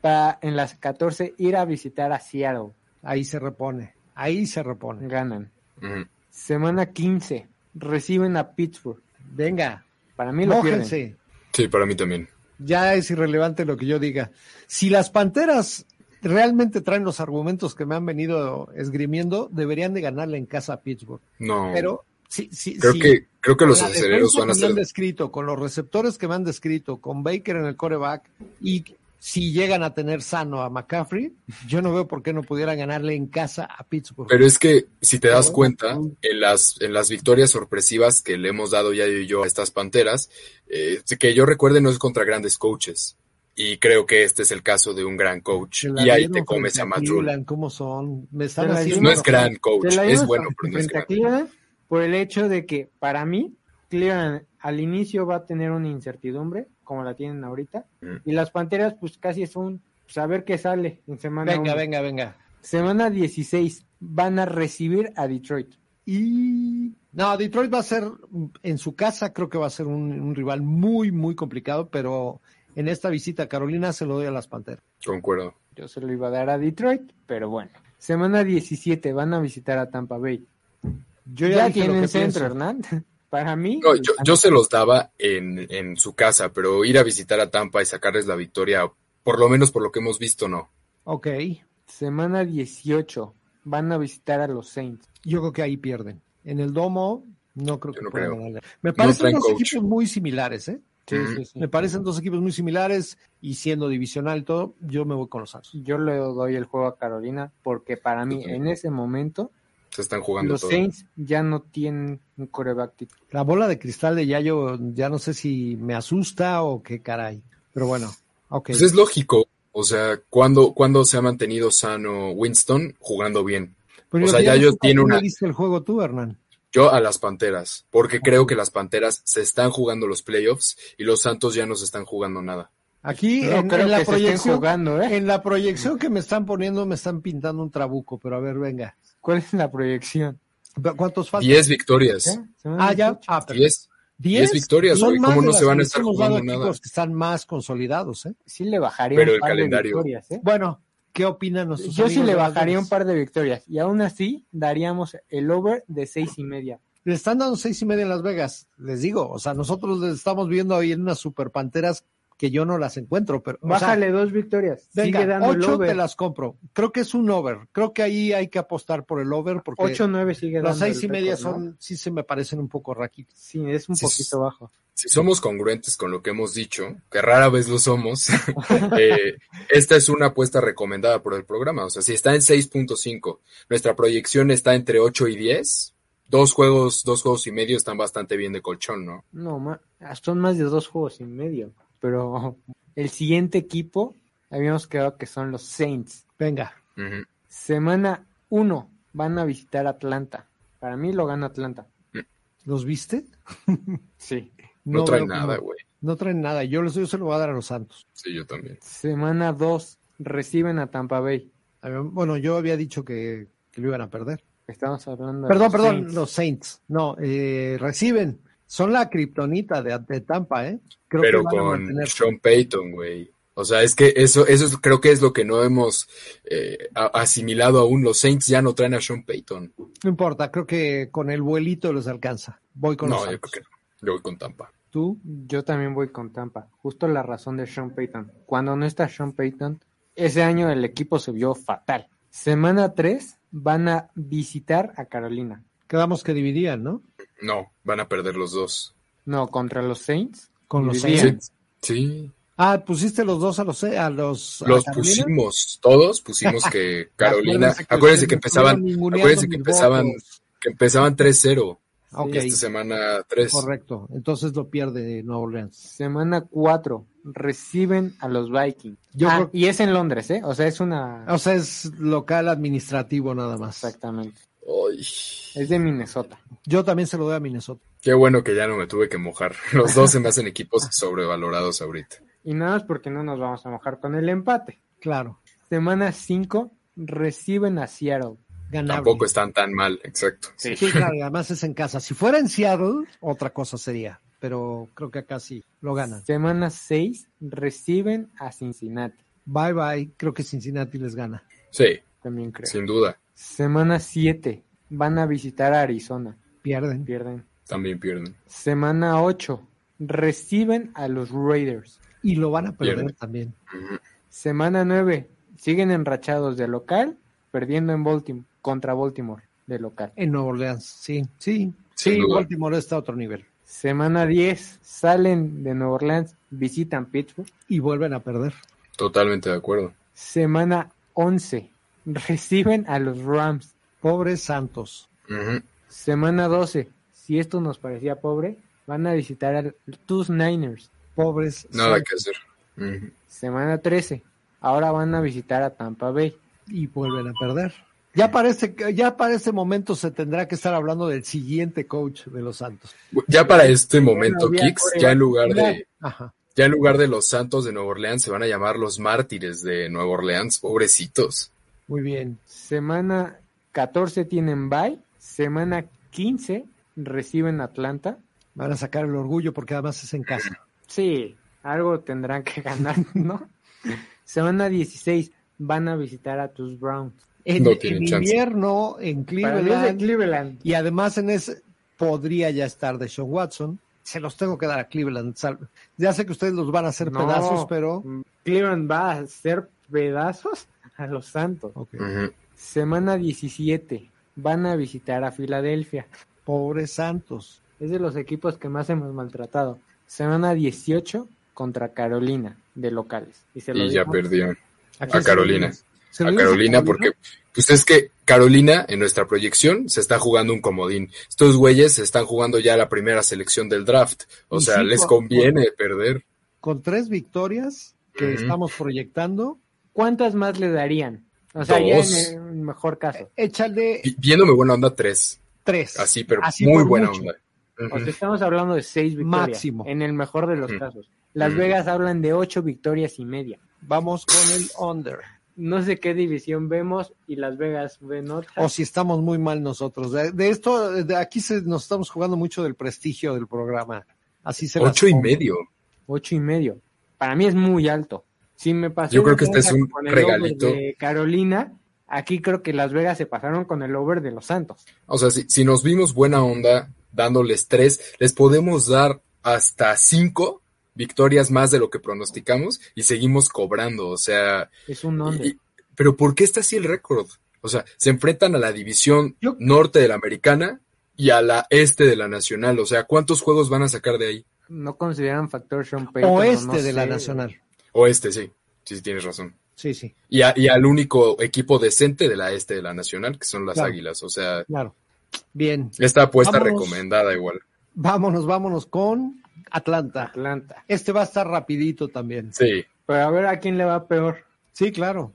Speaker 2: para en las 14 ir a visitar a Seattle.
Speaker 1: ahí se repone, ahí se repone.
Speaker 2: Ganan.
Speaker 3: Ujú.
Speaker 2: Semana 15 reciben a Pittsburgh.
Speaker 1: Venga,
Speaker 2: Para mí lo pierden.
Speaker 1: mójense.
Speaker 3: Sí, para mí también.
Speaker 1: ya es irrelevante lo que yo diga. Si las Panteras realmente traen los argumentos que me han venido esgrimiendo, deberían de ganarle en casa a Pittsburgh.
Speaker 3: No.
Speaker 1: Pero sí, sí,
Speaker 3: creo
Speaker 1: sí.
Speaker 3: que creo que
Speaker 1: Con
Speaker 3: los
Speaker 1: la
Speaker 3: aceleros
Speaker 1: defensa
Speaker 3: van a
Speaker 1: que me
Speaker 3: ser
Speaker 1: han descrito, con los receptores que me han descrito, con Baker en el coreback, y si llegan a tener sano a McCaffrey, yo no veo por qué no pudieran ganarle en casa a Pittsburgh.
Speaker 3: Pero es que si te das
Speaker 1: Ujú.
Speaker 3: cuenta, en las, en las victorias sorpresivas que le hemos dado ya y yo a estas panteras, eh, que yo recuerde no es contra grandes coaches. Y creo que este es el caso de un gran coach.
Speaker 1: Se la
Speaker 3: Y ahí
Speaker 1: dieron
Speaker 3: te comes
Speaker 1: frente
Speaker 3: a Matt Rule.
Speaker 1: Cleveland, ¿Cómo son? Me están
Speaker 2: Se la
Speaker 1: haciendo
Speaker 2: dieron
Speaker 3: No es
Speaker 1: enojar.
Speaker 3: gran coach,
Speaker 2: Se la
Speaker 3: es
Speaker 2: llevan
Speaker 3: bueno,
Speaker 2: hasta
Speaker 3: pero no es
Speaker 2: frente a
Speaker 3: gran.
Speaker 2: Cleveland por el hecho de que para mí Cleveland al inicio va a tener una incertidumbre como la tienen ahorita
Speaker 3: Mm.
Speaker 2: y las Panteras pues casi es un saber qué sale en semana
Speaker 1: Venga,
Speaker 2: uno.
Speaker 1: venga, venga.
Speaker 2: Semana 16 van a recibir a Detroit.
Speaker 1: Y no, Detroit va a ser en su casa, creo que va a ser un, un rival muy, muy complicado, pero en esta visita a Carolina se lo doy a las Panteras.
Speaker 3: Concuerdo.
Speaker 2: Yo se lo iba a dar a Detroit, pero bueno. Semana 17 van a visitar a Tampa Bay.
Speaker 1: Yo
Speaker 2: ya
Speaker 1: dije lo
Speaker 2: tienen
Speaker 1: que
Speaker 2: centro,
Speaker 1: pienso.
Speaker 2: Hernán. Para mí
Speaker 3: No, yo, yo se los daba en, en su casa, pero ir a visitar a Tampa y sacarles la victoria, por lo menos por lo que hemos visto, no.
Speaker 1: Ok,
Speaker 2: semana 18 van a visitar a los Saints.
Speaker 1: yo creo que ahí pierden. En el Domo, no creo
Speaker 3: Yo
Speaker 1: que
Speaker 3: no
Speaker 1: puedan
Speaker 3: creo.
Speaker 1: ganarle. Me parecen
Speaker 3: traen
Speaker 1: dos
Speaker 3: coach.
Speaker 1: equipos muy similares, ¿eh?
Speaker 2: Sí,
Speaker 3: Ujú.
Speaker 2: sí, sí.
Speaker 1: Me parecen dos equipos muy similares y siendo divisional y todo, yo me voy con los Santos.
Speaker 2: Yo le doy el juego a Carolina porque para mí
Speaker 3: también.
Speaker 2: en ese momento
Speaker 3: Se están jugando
Speaker 2: los
Speaker 3: todo.
Speaker 2: Saints ya no tienen un coreback titular.
Speaker 1: La bola de cristal de Yayo, ya no sé si me asusta o qué caray. Pero bueno, ok.
Speaker 3: Pues es lógico. O sea, cuando cuando se ha mantenido sano Winston jugando bien?
Speaker 1: Pero
Speaker 3: o
Speaker 1: yo
Speaker 3: sea,
Speaker 1: creo
Speaker 3: Yayo
Speaker 1: que
Speaker 3: tiene
Speaker 1: tú le
Speaker 3: una-
Speaker 1: diste el juego tú, Hernán?
Speaker 3: Yo a las Panteras, porque creo que las Panteras se están jugando los playoffs y los Santos ya no se están jugando nada.
Speaker 1: Aquí
Speaker 2: No
Speaker 1: en,
Speaker 2: creo
Speaker 1: en la
Speaker 2: que se estén
Speaker 1: proyección,
Speaker 2: jugando, ¿eh?
Speaker 1: en la proyección que me están poniendo me están pintando un trabuco, pero a ver, venga.
Speaker 2: ¿Cuál es la proyección?
Speaker 1: ¿Cuántos faltan?
Speaker 3: 10 victorias.
Speaker 2: ¿Eh? Semana
Speaker 1: Ah, ya.
Speaker 2: 18.
Speaker 1: Ah, pero-
Speaker 3: 10.
Speaker 1: diez
Speaker 3: diez victorias,
Speaker 1: son
Speaker 3: güey,
Speaker 1: más
Speaker 3: ¿cómo
Speaker 1: de
Speaker 3: no
Speaker 1: las
Speaker 3: se van a
Speaker 1: que les
Speaker 3: estar
Speaker 1: hemos dado
Speaker 3: jugando
Speaker 1: a
Speaker 3: nada?
Speaker 1: equipos que están más consolidados, ¿eh?
Speaker 2: Sí le bajaría
Speaker 3: Pero
Speaker 2: un
Speaker 3: el
Speaker 2: par de
Speaker 3: calendario.
Speaker 2: victorias, ¿eh?
Speaker 1: Bueno, ¿qué opinan nuestros
Speaker 2: Yo sí
Speaker 1: amigos
Speaker 2: le
Speaker 1: de las
Speaker 2: bajaría
Speaker 1: Vegas?
Speaker 2: un par de victorias y aún así daríamos el over de seis y media.
Speaker 1: Le están dando seis y media en Las Vegas, les digo. O sea, nosotros les estamos viendo ahí en unas super panteras que yo no las encuentro, pero. o
Speaker 2: Bájale
Speaker 1: sea,
Speaker 2: dos victorias.
Speaker 1: Venga,
Speaker 2: Sigue dando el
Speaker 1: ocho
Speaker 2: over.
Speaker 1: te las compro. Creo que es un over. Creo que ahí hay que apostar por el over porque.
Speaker 2: Ocho, nueve sigue
Speaker 1: Las
Speaker 2: dando el
Speaker 1: seis y media
Speaker 2: récord,
Speaker 1: son,
Speaker 2: ¿no?
Speaker 1: sí se me parecen un poco raquitas.
Speaker 2: Sí, es un poquito bajo.
Speaker 3: si somos congruentes con lo que hemos dicho, que rara vez lo somos, eh, esta es una apuesta recomendada por el programa. O sea, si está en 6.5, nuestra proyección está entre 8 y 10. Dos juegos, dos juegos y medio están bastante bien de colchón, ¿no?
Speaker 2: No, ma- son más de dos juegos y medio. Pero el siguiente equipo, habíamos quedado que son los Saints.
Speaker 1: Venga.
Speaker 3: Ujú.
Speaker 2: Semana 1 van a visitar Atlanta. Para mí lo gana Atlanta.
Speaker 1: ¿Los viste?
Speaker 2: Sí.
Speaker 3: No, traen
Speaker 1: veo
Speaker 3: nada,
Speaker 1: cómo.
Speaker 3: güey.
Speaker 1: No traen nada. Yo, les- yo se lo voy a dar a los Santos.
Speaker 3: Sí, yo también.
Speaker 2: Semana 2 reciben a Tampa Bay.
Speaker 1: A ver, Bueno, yo había dicho que, que lo iban a perder.
Speaker 2: Estamos hablando de
Speaker 1: Perdón,
Speaker 2: los
Speaker 1: perdón,
Speaker 2: Saints.
Speaker 1: los Saints. No, eh, reciben. Son la kriptonita de, de Tampa, ¿eh? Creo
Speaker 3: pero
Speaker 1: que van a
Speaker 3: con
Speaker 1: mantener.
Speaker 3: Sean Payton, güey. O sea, es que eso, eso es- creo que es lo que no hemos eh, a- asimilado aún. Los Saints ya no traen a Sean Payton.
Speaker 1: No importa, creo que con el vuelito los alcanza. Voy con los
Speaker 3: No, yo
Speaker 1: Santos.
Speaker 3: creo que no. Yo voy con Tampa.
Speaker 1: Tú,
Speaker 2: Yo también voy con Tampa. Justo la razón de Sean Payton. Cuando no está Sean Payton, ese año el equipo se vio fatal. Semana 3 van a visitar a Carolina.
Speaker 1: quedamos que dividían, ¿no?
Speaker 3: No, van a perder los dos.
Speaker 2: No, contra los Saints.
Speaker 1: Con los
Speaker 2: Dividían.
Speaker 1: Saints.
Speaker 3: Sí,
Speaker 1: Ah, pusiste los dos a los eh, a los, a
Speaker 3: los
Speaker 1: Carolina?
Speaker 3: pusimos todos, pusimos que Carolina,
Speaker 1: Acuérdense que
Speaker 3: acuérdense que
Speaker 1: ustedes estuvieron
Speaker 3: empezaban,
Speaker 1: ninguneando
Speaker 3: acuérdense
Speaker 1: mis
Speaker 3: que empezaban,
Speaker 1: votos.
Speaker 3: que empezaban 3-0.
Speaker 1: Ok,
Speaker 3: Y Esta semana 3.
Speaker 1: correcto. Entonces lo pierde Nueva Orleans.
Speaker 2: Semana 4 reciben a los Vikings.
Speaker 1: Yo
Speaker 2: Ah,
Speaker 1: creo-
Speaker 2: Y es en Londres, ¿eh? O sea, es una...
Speaker 1: O sea, es local administrativo nada más.
Speaker 2: Exactamente.
Speaker 3: Ay,
Speaker 2: Es de Minnesota.
Speaker 1: Yo también se lo doy a Minnesota.
Speaker 3: qué bueno que ya no me tuve que mojar. Los dos se me hacen equipos sobrevalorados ahorita.
Speaker 2: Y nada más porque no nos vamos a mojar con el empate.
Speaker 1: Claro,
Speaker 2: Semana 5 reciben a Seattle.
Speaker 1: ganable.
Speaker 3: Tampoco están tan mal, exacto.
Speaker 1: Sí, claro, y además es en casa. Si fuera en Seattle, otra cosa sería. Pero creo que acá sí lo ganan.
Speaker 2: Semana 6 reciben a Cincinnati.
Speaker 1: Bye bye. Creo que Cincinnati les gana.
Speaker 3: Sí,
Speaker 2: También creo.
Speaker 3: sin duda,
Speaker 2: Semana 7 van a visitar a Arizona.
Speaker 1: Pierden.
Speaker 2: Pierden.
Speaker 3: también pierden.
Speaker 2: Semana 8 reciben a los Raiders.
Speaker 1: Y lo van a perder
Speaker 3: Pierden.
Speaker 1: también.
Speaker 3: Ujú.
Speaker 2: Semana 9 siguen enrachados de local, perdiendo en Baltimore contra Baltimore de local.
Speaker 1: En Nueva Orleans. Sí, sí.
Speaker 3: Sin
Speaker 1: Sí,
Speaker 3: duda.
Speaker 1: Baltimore está a otro nivel.
Speaker 2: Semana 10 salen de Nueva Orleans, visitan Pittsburgh.
Speaker 1: Y vuelven a perder.
Speaker 3: Totalmente de acuerdo.
Speaker 2: Semana 11 reciben a los Rams.
Speaker 1: Pobres Santos.
Speaker 3: Ujú.
Speaker 2: Semana 12, si esto nos parecía pobre, van a visitar a tus Niners.
Speaker 1: Pobres.
Speaker 3: Nada
Speaker 1: Santos.
Speaker 3: que hacer. Ujú.
Speaker 2: Semana 13, ahora van a visitar a Tampa Bay.
Speaker 1: y vuelven a perder. Ya parece que ya para ese momento se tendrá que estar hablando del siguiente coach de los Santos.
Speaker 3: Ya para este momento,
Speaker 2: había
Speaker 3: Kicks,
Speaker 2: coreback.
Speaker 3: ya en lugar de,
Speaker 1: Ajá.
Speaker 3: Ya en lugar de los santos de Nueva Orleans se van a llamar los mártires de Nueva Orleans, pobrecitos.
Speaker 1: Muy bien.
Speaker 2: Semana 14 tienen bye. Semana 15 reciben Atlanta.
Speaker 1: Van a sacar el orgullo porque además es en casa.
Speaker 2: Sí, algo tendrán que ganar, ¿no? Semana 16 van a visitar a tus Browns.
Speaker 1: En,
Speaker 3: No tienen
Speaker 1: en
Speaker 3: chance.
Speaker 1: invierno, en
Speaker 2: Para mí es de
Speaker 1: Cleveland.
Speaker 2: Cleveland.
Speaker 1: Y además en ese podría ya estar de Sean Watson. Se los tengo que dar a Cleveland. sal- Ya sé que ustedes los van a hacer
Speaker 2: No.
Speaker 1: pedazos,
Speaker 3: Mm.
Speaker 1: pero.
Speaker 2: Cleveland va a hacer pedazos a los Santos.
Speaker 1: Ok.
Speaker 3: Ujú.
Speaker 2: Semana 17 van a visitar a Filadelfia.
Speaker 1: Pobres Santos.
Speaker 2: Es de los equipos que más hemos maltratado. Semana 18 contra Carolina de locales. Y, se lo
Speaker 3: Y ya
Speaker 2: digo,
Speaker 3: perdieron
Speaker 1: quién
Speaker 3: a
Speaker 1: se
Speaker 3: Carolina.
Speaker 1: ¿Se lo
Speaker 3: a
Speaker 1: dices
Speaker 3: Carolina porque pues es que Carolina en nuestra proyección se está jugando un comodín. Estos güeyes se están jugando ya la primera selección del draft. O
Speaker 1: Y
Speaker 3: sea,
Speaker 1: sí,
Speaker 3: les
Speaker 1: por-
Speaker 3: conviene perder.
Speaker 1: Con tres victorias que
Speaker 3: Ujú.
Speaker 1: estamos proyectando,
Speaker 2: ¿Cuántas más le darían? O sea,
Speaker 3: Dos.
Speaker 2: ya en el mejor caso.
Speaker 1: échale
Speaker 3: Vi- Viéndome buena onda, tres.
Speaker 1: tres.
Speaker 3: Así, pero
Speaker 1: Así
Speaker 3: muy
Speaker 1: por
Speaker 3: buena
Speaker 1: mucho. Pues
Speaker 3: onda.
Speaker 2: O sea,
Speaker 3: Ujú.
Speaker 2: estamos hablando de seis victorias.
Speaker 1: Máximo.
Speaker 2: En el mejor de los
Speaker 3: Ujú.
Speaker 2: casos. Las
Speaker 3: Ujú.
Speaker 2: Vegas hablan de ocho victorias y media.
Speaker 1: Vamos con el under.
Speaker 2: No sé qué división vemos y Las Vegas ven otra.
Speaker 1: O si estamos muy mal nosotros. De, de esto, de aquí se, nos estamos jugando mucho del prestigio del programa. Así se las
Speaker 3: Ocho y
Speaker 1: pongo.
Speaker 3: medio.
Speaker 2: ocho y medio. Para mí es muy alto. Si me pasó
Speaker 3: Yo creo
Speaker 2: Las
Speaker 3: que este
Speaker 2: Vegas
Speaker 3: es un
Speaker 2: con el over
Speaker 3: regalito.
Speaker 2: de Carolina, aquí creo que Las Vegas se pasaron con el over de los Santos.
Speaker 3: O sea, si, si nos vimos buena onda dándoles tres, les podemos dar hasta cinco victorias más de lo que pronosticamos y seguimos cobrando. O sea.
Speaker 2: Es un nombre.
Speaker 3: y- pero ¿por qué está así el récord? O sea, se enfrentan a la división norte de la americana y a la este de la nacional. O sea, ¿cuántos juegos van a sacar de ahí?
Speaker 2: No consideran factor Sean Payton.
Speaker 1: Oeste
Speaker 2: no
Speaker 1: este de la
Speaker 2: sé.
Speaker 1: Nacional.
Speaker 3: Oeste, este, sí. Sí, sí, tienes razón.
Speaker 1: Sí, sí.
Speaker 3: Y, a- y al único equipo decente de la este de la nacional, que son las
Speaker 1: Claro.
Speaker 3: águilas. O sea,
Speaker 1: Claro. Bien.
Speaker 3: esta apuesta
Speaker 1: Vámonos.
Speaker 3: recomendada igual.
Speaker 1: Vámonos, vámonos con Atlanta.
Speaker 2: Atlanta.
Speaker 1: Este va a estar rapidito también.
Speaker 3: Sí.
Speaker 2: Pero a ver a quién le va peor.
Speaker 1: Sí, claro.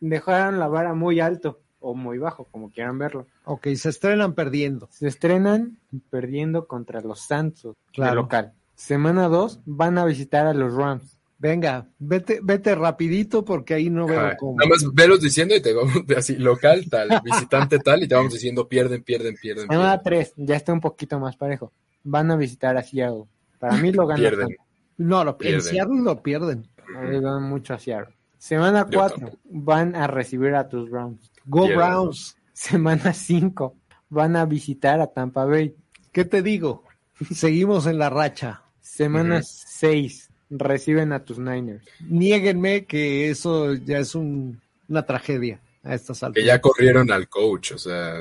Speaker 2: Dejaron la vara muy alto o muy bajo, como quieran verlo.
Speaker 1: Ok, se estrenan perdiendo.
Speaker 2: Se estrenan perdiendo contra los Santos de
Speaker 1: Claro.
Speaker 2: local. Semana 2 van a visitar a los Rams.
Speaker 1: Venga, vete, vete rapidito porque ahí no veo
Speaker 3: Ah,
Speaker 1: cómo.
Speaker 3: Nada más velos diciendo y te vamos de así, local tal, visitante tal, y te vamos diciendo pierden, pierden, pierden.
Speaker 2: Semana 3 ya está un poquito más parejo. Van a visitar a Seattle. Para mí lo gana
Speaker 3: Pierden.
Speaker 2: Atlanta.
Speaker 1: No, lo,
Speaker 3: Pierden.
Speaker 1: en Seattle lo pierden.
Speaker 2: A mí van mucho a Seattle. Semana
Speaker 3: Yo
Speaker 2: 4 van a recibir a tus Browns.
Speaker 1: Go
Speaker 3: Pierden.
Speaker 1: Browns.
Speaker 2: Semana 5 van a visitar a Tampa Bay.
Speaker 1: ¿Qué te digo? Seguimos en la racha.
Speaker 2: Semana
Speaker 3: Ujú.
Speaker 2: 6 reciben a tus Niners.
Speaker 1: Niéguenme que eso ya es un- una tragedia a estas
Speaker 3: Que
Speaker 1: alturas.
Speaker 3: ya corrieron al coach, o sea,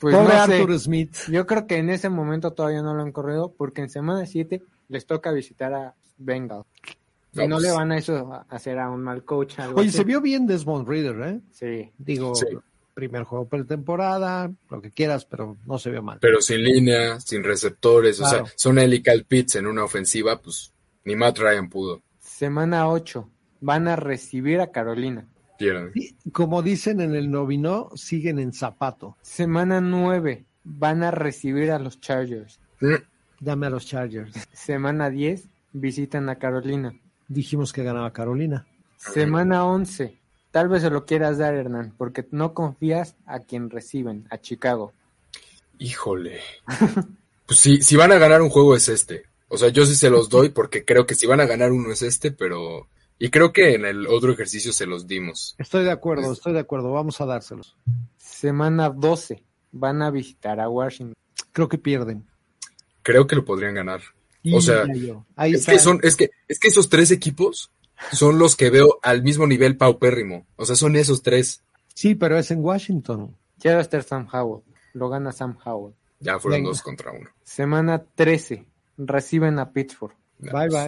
Speaker 2: Pues
Speaker 1: Pobre
Speaker 2: no sé.
Speaker 1: Arthur Smith.
Speaker 2: Yo creo que en ese momento todavía no lo han corrido porque en semana 7 les toca visitar a Bengals.
Speaker 3: No,
Speaker 2: y no
Speaker 3: pues.
Speaker 2: le van a eso a hacer a un mal coach. algo
Speaker 1: Oye,
Speaker 2: así.
Speaker 1: se vio bien Desmond Reader, ¿eh?
Speaker 2: Sí.
Speaker 1: Digo,
Speaker 3: Sí.
Speaker 1: primer juego pretemporada, lo que quieras, pero no se vio mal.
Speaker 3: pero sin línea, sin receptores, o
Speaker 1: Claro.
Speaker 3: sea, son helical pits en una ofensiva, pues ni Matt Ryan pudo,
Speaker 2: Semana 8 van a recibir a Carolina.
Speaker 3: pierden.
Speaker 1: Y como dicen en el novino, siguen en zapato.
Speaker 2: Semana 9 van a recibir a los Chargers.
Speaker 3: Mm,
Speaker 1: Dame a los Chargers.
Speaker 2: Semana 10 visitan a Carolina.
Speaker 1: Dijimos que ganaba Carolina.
Speaker 2: Semana 11 tal vez se lo quieras dar Hernán porque no confías a quien reciben, a Chicago.
Speaker 3: Híjole. Pues sí, si van a ganar un juego es este. O sea, yo sí se los doy porque creo que si van a ganar uno es este, pero... Y creo que en el otro ejercicio se los dimos.
Speaker 1: Estoy de acuerdo,
Speaker 3: Es-
Speaker 1: estoy de acuerdo. Vamos a dárselos.
Speaker 2: Semana 12 van a visitar a Washington.
Speaker 1: Creo que pierden.
Speaker 3: Creo que lo podrían ganar. O sea,
Speaker 1: Mira yo. ahí
Speaker 3: Es
Speaker 1: está.
Speaker 3: que son, es que, es que esos tres equipos son los que veo al mismo nivel paupérrimo. O sea, son esos tres.
Speaker 1: Sí, pero es en Washington.
Speaker 2: Quiero estar Sam Howell. Lo gana Sam Howell.
Speaker 3: Ya fueron
Speaker 1: Venga.
Speaker 3: dos contra uno.
Speaker 2: Semana 13. Reciben a Pittsburgh.
Speaker 3: Ya,
Speaker 1: Bye,
Speaker 3: pues,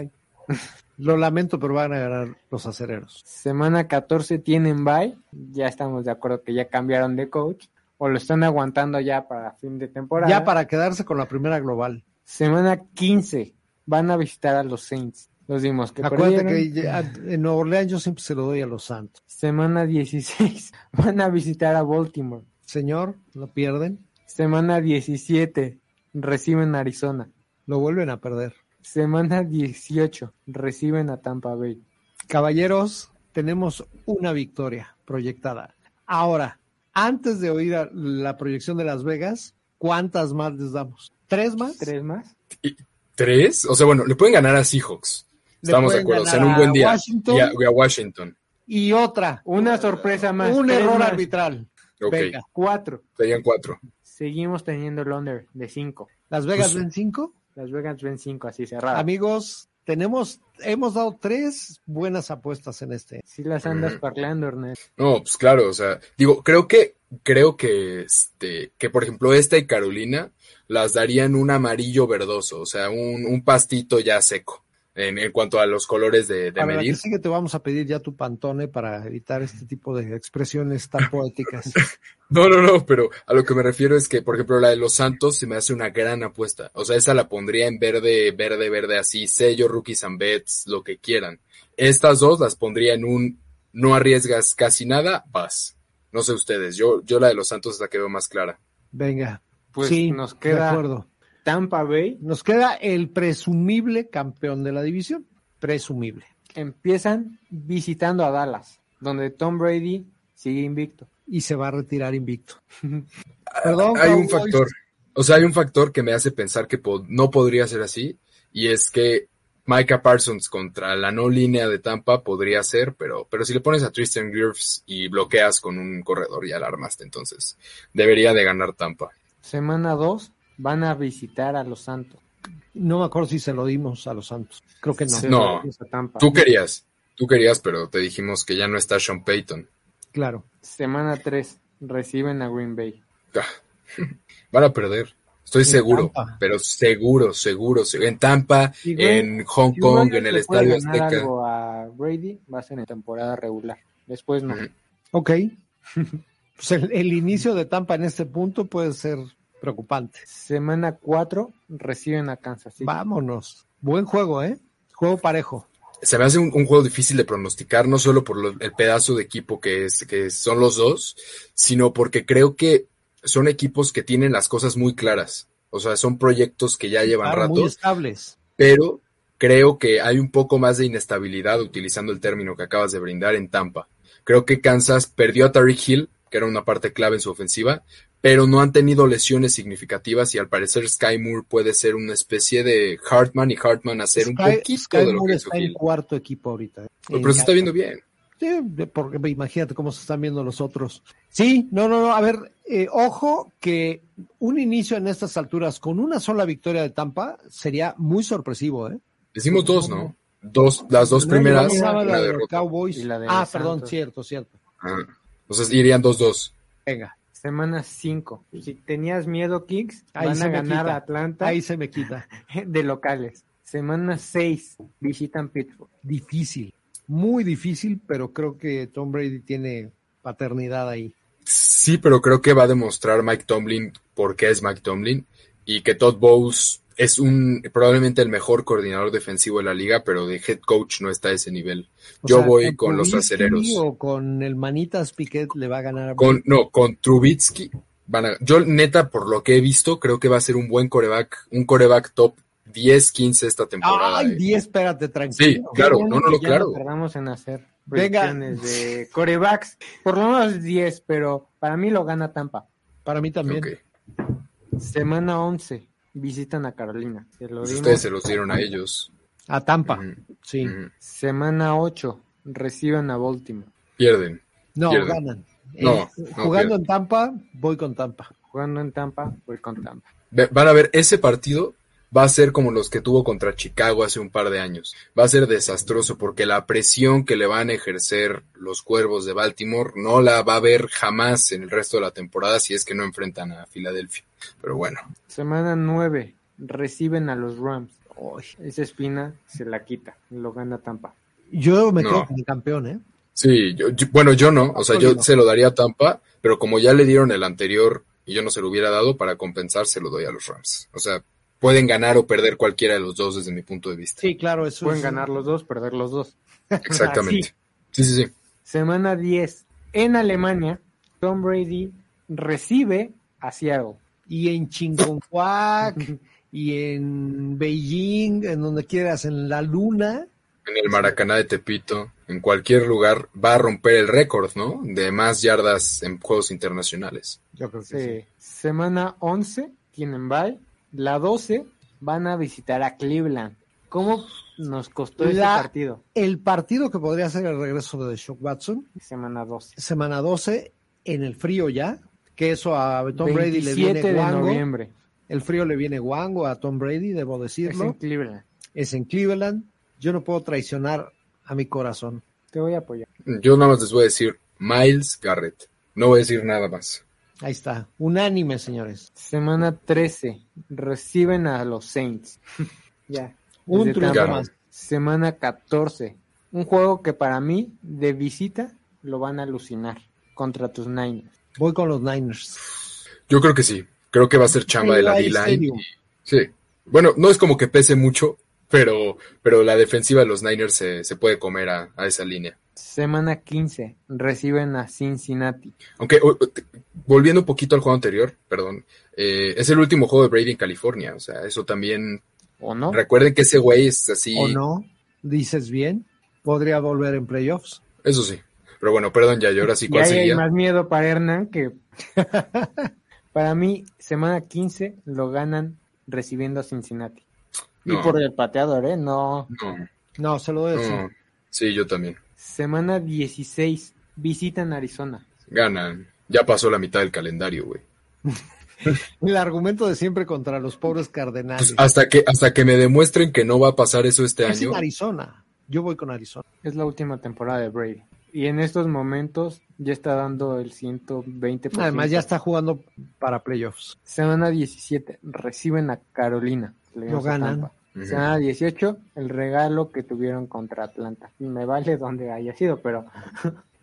Speaker 1: bye. Lo lamento, pero van a ganar los acereros.
Speaker 2: Semana 14 tienen bye. Ya estamos de acuerdo que ya cambiaron de coach. O lo están aguantando ya para fin de temporada.
Speaker 1: Ya para quedarse con la primera global.
Speaker 2: Semana 15. Van a visitar a los Saints. Los dimos que
Speaker 1: Acuérdate que
Speaker 2: perdieron.
Speaker 1: ya- en Nueva Orleans yo siempre se lo doy a los Santos.
Speaker 2: Semana 16. Van a visitar a Baltimore.
Speaker 1: Señor, lo pierden,
Speaker 2: Semana 17. Reciben a Arizona.
Speaker 1: lo vuelven a perder.
Speaker 2: Semana 18. Reciben a Tampa Bay.
Speaker 1: Caballeros, tenemos una victoria proyectada. Ahora, antes de oír a la proyección de Las Vegas, ¿cuántas más les damos? ¿Tres más?
Speaker 2: ¿Tres más?
Speaker 3: ¿Tres? O sea, bueno, le pueden ganar a Seahawks.
Speaker 1: Le
Speaker 3: Estamos de
Speaker 1: pueden
Speaker 3: acuerdo. O sea, en
Speaker 1: ganar
Speaker 3: un buen
Speaker 1: a
Speaker 3: día.
Speaker 1: Washington.
Speaker 3: Y a, y a Washington.
Speaker 1: Y otra,
Speaker 2: Una sorpresa más.
Speaker 1: un
Speaker 2: tres
Speaker 1: error
Speaker 2: más.
Speaker 1: arbitral.
Speaker 3: Ok.
Speaker 1: Venga.
Speaker 2: Cuatro.
Speaker 3: Serían cuatro.
Speaker 2: Seguimos teniendo el under de cinco.
Speaker 1: ¿Las Vegas
Speaker 3: Pues- Ah.
Speaker 1: ven cinco?
Speaker 2: Las Vegas ven cinco así cerrado.
Speaker 1: Amigos, tenemos, hemos dado tres buenas apuestas en este.
Speaker 2: Sí las andas parleando, Ernest.
Speaker 3: No, pues claro, o sea, digo, creo que, creo que, este, que por ejemplo esta y Carolina las darían un amarillo verdoso, o sea, un, un pastito ya seco en, en cuanto a los colores de, de
Speaker 1: Para la
Speaker 3: medir.
Speaker 1: que sigue te vamos a pedir ya tu pantone para evitar este tipo de expresiones tan poéticas.
Speaker 3: No, no, no, pero a lo que me refiero es que, por ejemplo, la de los Santos se me hace una gran apuesta. O sea, esa la pondría en verde, verde, verde, así, sello, rookies and bets, lo que quieran. Estas dos las pondría en un no arriesgas casi nada, vas. No sé ustedes, yo, yo la de los Santos es la que veo más clara.
Speaker 1: Venga.
Speaker 2: Pues
Speaker 1: sí,
Speaker 2: nos
Speaker 1: De
Speaker 2: queda
Speaker 1: acuerdo.
Speaker 2: Tampa Bay.
Speaker 1: Nos queda el presumible campeón de la división. Presumible.
Speaker 2: Empiezan visitando a Dallas, donde Tom Brady sigue invicto.
Speaker 1: Y se va a retirar invicto. Perdón,
Speaker 3: hay un
Speaker 1: Cowboys.
Speaker 3: factor, o sea, hay un factor que me hace pensar que po- no podría ser así, y es que Micah Parsons contra la no línea de Tampa podría ser, pero, pero si le pones a Tristan Griffiths y bloqueas con un corredor, ya la armaste, entonces debería de ganar Tampa.
Speaker 2: Semana 2 van a visitar a los Santos.
Speaker 1: No me acuerdo si se lo dimos a los Santos. Creo que no.
Speaker 3: Sí, no, tú querías. Tú querías, pero te dijimos que ya no está Sean Payton.
Speaker 1: Claro.
Speaker 2: Semana 3, reciben a Green Bay.
Speaker 3: Ah, Van a perder. Estoy seguro, Tampa? pero seguro, seguro, seguro. En Tampa, Green, en Hong Kong, en el Estadio Azteca.
Speaker 2: Algo a Brady va a ser en temporada regular. Después no.
Speaker 1: Ok. pues el, el, inicio de Tampa en este punto puede ser preocupante.
Speaker 2: Semana 4 reciben a Kansas City.
Speaker 1: Vámonos. Buen juego, ¿eh? Juego parejo.
Speaker 3: Se me hace un, un juego difícil de pronosticar, no solo por lo, el pedazo de equipo que, es, que son los dos, sino porque creo que son equipos que tienen las cosas muy claras. O sea, son proyectos que ya llevan ratos.
Speaker 1: Ah, Muy estables.
Speaker 3: Pero creo que hay un poco más de inestabilidad, utilizando el término que acabas de brindar, en Tampa. Creo que Kansas perdió a Tariq Hill, que era una parte clave en su ofensiva, pero no han tenido lesiones significativas y al parecer Sky Moore puede ser una especie de Hartman y Hartman hacer Sky, un poquito
Speaker 1: Sky
Speaker 3: de lo
Speaker 1: Moore
Speaker 3: que
Speaker 1: está en cuarto equipo ahorita. ¿eh?
Speaker 3: Pero, pero se está viendo bien.
Speaker 1: Sí, porque imagínate cómo se están viendo los otros. Sí, no, no, no. A ver, eh, ojo que un inicio en estas alturas con una sola victoria de Tampa sería muy sorpresivo, ¿eh?
Speaker 3: Decimos dos, ¿no? Dos, las dos no, primeras.
Speaker 1: La la de los Cowboys. Y la de ah, perdón, Santos. cierto, cierto.
Speaker 3: Ah, entonces irían 2-2. Dos, dos.
Speaker 1: Venga.
Speaker 2: Semana 5. Si tenías miedo, Kings, Ahí van a ganar a Atlanta.
Speaker 1: Ahí se me quita.
Speaker 2: De locales. Semana 6. Visitan Pittsburgh.
Speaker 1: Difícil muy difícil, pero creo que Tom Brady tiene paternidad ahí.
Speaker 3: Sí, pero creo que va a demostrar Mike Tomlin por qué es Mike Tomlin y que Todd Bowles es un probablemente el mejor coordinador defensivo de la liga, pero de head coach no está a ese nivel. O Yo sea, voy con, Trubisky los acereros.
Speaker 1: O con el manitas Piquet le va a ganar. A
Speaker 3: con, no, con Trubitsky. Van a, yo neta, por lo que he visto, creo que va a ser un buen coreback, un coreback top 10, 15 esta temporada. eh.
Speaker 1: Ay, 10, espérate, tranquilo.
Speaker 3: Sí, claro, no, no, no, claro.
Speaker 2: Tardamos en hacer predicciones de corebacks, por lo menos 10, pero para mí lo gana Tampa.
Speaker 1: Para mí también.
Speaker 3: Okay.
Speaker 2: Semana 11, visitan a Carolina. Se lo
Speaker 3: Pues Ustedes dimos. se los dieron a ellos.
Speaker 1: A Tampa, mm -hmm. sí. Mm
Speaker 2: -hmm. Semana 8, reciban a Baltimore.
Speaker 3: Pierden.
Speaker 1: No,
Speaker 3: Pierden.
Speaker 1: ganan.
Speaker 3: No, eh,
Speaker 1: no jugando pierden. en Tampa, voy con Tampa.
Speaker 2: Jugando en Tampa, voy con Tampa.
Speaker 3: Van a ver ese partido va a ser como los que tuvo contra Chicago hace un par de años. Va a ser desastroso porque la presión que le van a ejercer los cuervos de Baltimore no la va a ver jamás en el resto de la temporada si es que no enfrentan a Filadelfia. Pero bueno.
Speaker 2: Semana 9. Reciben a los Rams. Uy, esa espina se la quita. Lo gana Tampa.
Speaker 1: Yo me no. quedo con el campeón, ¿eh?
Speaker 3: Sí, yo, yo, bueno, yo no. O sea, yo se lo daría a Tampa, pero como ya le dieron el anterior y yo no se lo hubiera dado, para compensar se lo doy a los Rams. O sea, pueden ganar o perder cualquiera de los dos desde mi punto de vista.
Speaker 1: Sí, claro, eso
Speaker 2: Pueden
Speaker 1: es...
Speaker 2: ganar los dos, perder los dos.
Speaker 3: Exactamente. Ah, sí, sí, sí.
Speaker 2: Semana 10. En Alemania, Tom Brady recibe a Seattle.
Speaker 1: Y en Chingonhuac, y en Beijing, en donde quieras, en la luna.
Speaker 3: En el Maracaná de Tepito, en cualquier lugar, va a romper el récord, ¿no? De más yardas en juegos internacionales.
Speaker 2: Yo creo que sí. sí. Semana 11, tienen bye la 12 van a visitar a Cleveland. ¿Cómo nos costó el partido?
Speaker 1: El partido que podría ser el regreso de Shock Watson.
Speaker 2: Semana 12.
Speaker 1: Semana 12, en el frío ya, que eso a Tom Brady le viene
Speaker 2: de
Speaker 1: guango.
Speaker 2: noviembre.
Speaker 1: El frío le viene guango a Tom Brady, debo decirlo.
Speaker 2: Es en Cleveland.
Speaker 1: Es en Cleveland. Yo no puedo traicionar a mi corazón.
Speaker 2: Te voy a apoyar.
Speaker 3: Yo nada más les voy a decir Miles Garrett. No voy a decir nada más.
Speaker 1: Ahí está, unánime, señores.
Speaker 2: Semana 13, reciben a los Saints. ya.
Speaker 1: Un triunfo más.
Speaker 2: Semana 14, un juego que para mí, de visita, lo van a alucinar contra tus Niners.
Speaker 1: Voy con los Niners.
Speaker 3: Yo creo que sí, creo que va a ser chamba de la D-Line. Sí, bueno, no es como que pese mucho, pero, pero la defensiva de los Niners se, se puede comer a, a esa línea.
Speaker 2: Semana 15, reciben a Cincinnati.
Speaker 3: Aunque, okay, volviendo un poquito al juego anterior, perdón, eh, es el último juego de Brady en California, o sea, eso también...
Speaker 2: ¿O no?
Speaker 3: Recuerden que ese güey es así...
Speaker 1: ¿O no? ¿Dices bien? ¿Podría volver en playoffs?
Speaker 3: Eso sí, pero bueno, perdón ya, yo ahora sí,
Speaker 2: ¿cuál y sería? hay más miedo para Hernán que... para mí, semana 15 lo ganan recibiendo a Cincinnati. No. Y por el pateador, ¿eh? No.
Speaker 3: No,
Speaker 1: no se lo doy no.
Speaker 3: Sí, yo también.
Speaker 2: Semana 16, visitan Arizona.
Speaker 3: Ganan. Ya pasó la mitad del calendario, güey.
Speaker 1: El argumento de siempre contra los pobres cardenales.
Speaker 3: Mm. Pues hasta que hasta que me demuestren que no va a pasar eso este
Speaker 1: es
Speaker 3: año.
Speaker 1: en Arizona. Yo voy con Arizona.
Speaker 2: Es la última temporada de Brady. Y en estos momentos ya está dando el 120%.
Speaker 1: Además, ya está jugando para playoffs.
Speaker 2: Semana 17, reciben a Carolina. Le
Speaker 1: Lo
Speaker 2: vamos a
Speaker 1: ganan.
Speaker 2: Tampa. Semana 18, el regalo que tuvieron contra Atlanta. Y me vale donde haya sido, pero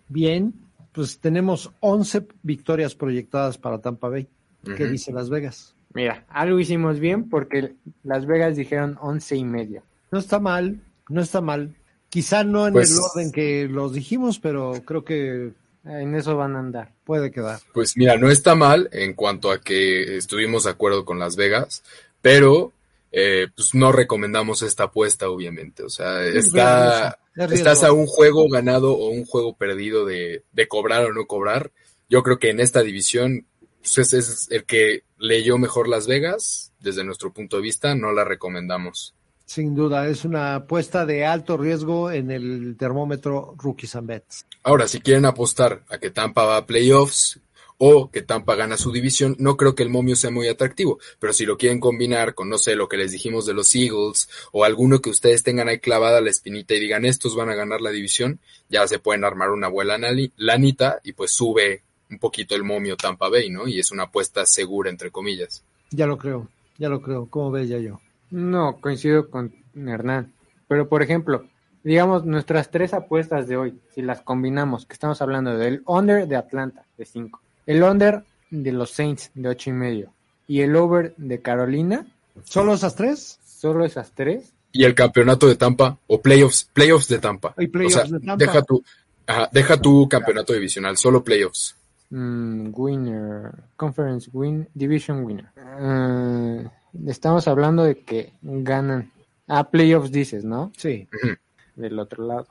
Speaker 1: Bien, pues tenemos 11 victorias proyectadas para Tampa Bay. ¿Qué
Speaker 2: Ujú.
Speaker 1: dice Las Vegas?
Speaker 2: mira, algo hicimos bien porque Las Vegas dijeron 11 y media.
Speaker 1: No está mal, no está mal. Quizá no en
Speaker 3: Pues-
Speaker 1: el orden que los dijimos, pero creo que
Speaker 2: en eso van a andar.
Speaker 1: Puede quedar.
Speaker 3: Pues mira, no está mal en cuanto a que estuvimos de acuerdo con Las Vegas, pero eh, pues no recomendamos esta apuesta, obviamente. O sea,
Speaker 1: Es
Speaker 3: está,
Speaker 1: riesgoso, es
Speaker 3: estás a
Speaker 1: riesgoso.
Speaker 3: un juego ganado o un juego perdido de, de cobrar o no cobrar. Yo creo que en esta división pues ese es el que leyó mejor Las Vegas. Desde nuestro punto de vista, no la recomendamos.
Speaker 1: Sin duda, es una apuesta de alto riesgo en el termómetro Rookies and Bets.
Speaker 3: Ahora, si quieren apostar a que Tampa va a playoffs o que Tampa gana su división, no creo que el momio sea muy atractivo. Pero si lo quieren combinar con, no sé, lo que les dijimos de los Eagles o alguno que ustedes tengan ahí clavada la espinita y digan estos van a ganar la división, ya se pueden armar una buena nali- lanita y pues sube un poquito el momio Tampa Bay, ¿no? Y es una apuesta segura, entre comillas.
Speaker 1: Ya lo creo, ya lo creo. ¿Cómo ves ya yo?
Speaker 2: No, coincido con Hernán. Pero, por ejemplo, digamos nuestras tres apuestas de hoy, si las combinamos, que estamos hablando del under de Atlanta de 5, el under de los Saints de ocho y medio y el over de Carolina,
Speaker 1: ¿Solo esas tres?
Speaker 2: solo esas tres,
Speaker 3: Y el campeonato de Tampa o playoffs, playoffs de Tampa.
Speaker 1: Y playoffs
Speaker 3: o sea,
Speaker 1: de Tampa.
Speaker 3: deja tu, ajá, deja tu campeonato divisional, solo playoffs.
Speaker 2: mm, winner, conference win, division winner. Ah, estamos hablando de que ganan. Ah, playoffs dices, ¿no?
Speaker 1: Sí.
Speaker 3: Ujú.
Speaker 2: Del otro lado.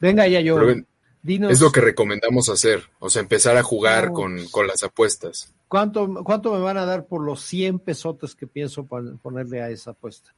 Speaker 1: Venga ya yo.
Speaker 3: Pero ven-
Speaker 1: Dinos,
Speaker 3: Es lo que recomendamos hacer, o sea, empezar a jugar
Speaker 1: No,
Speaker 3: con,
Speaker 1: pues.
Speaker 3: con las apuestas.
Speaker 1: ¿cuánto, ¿cuánto me van a dar por los 100 pesotes que pienso pon- ponerle a esa apuesta?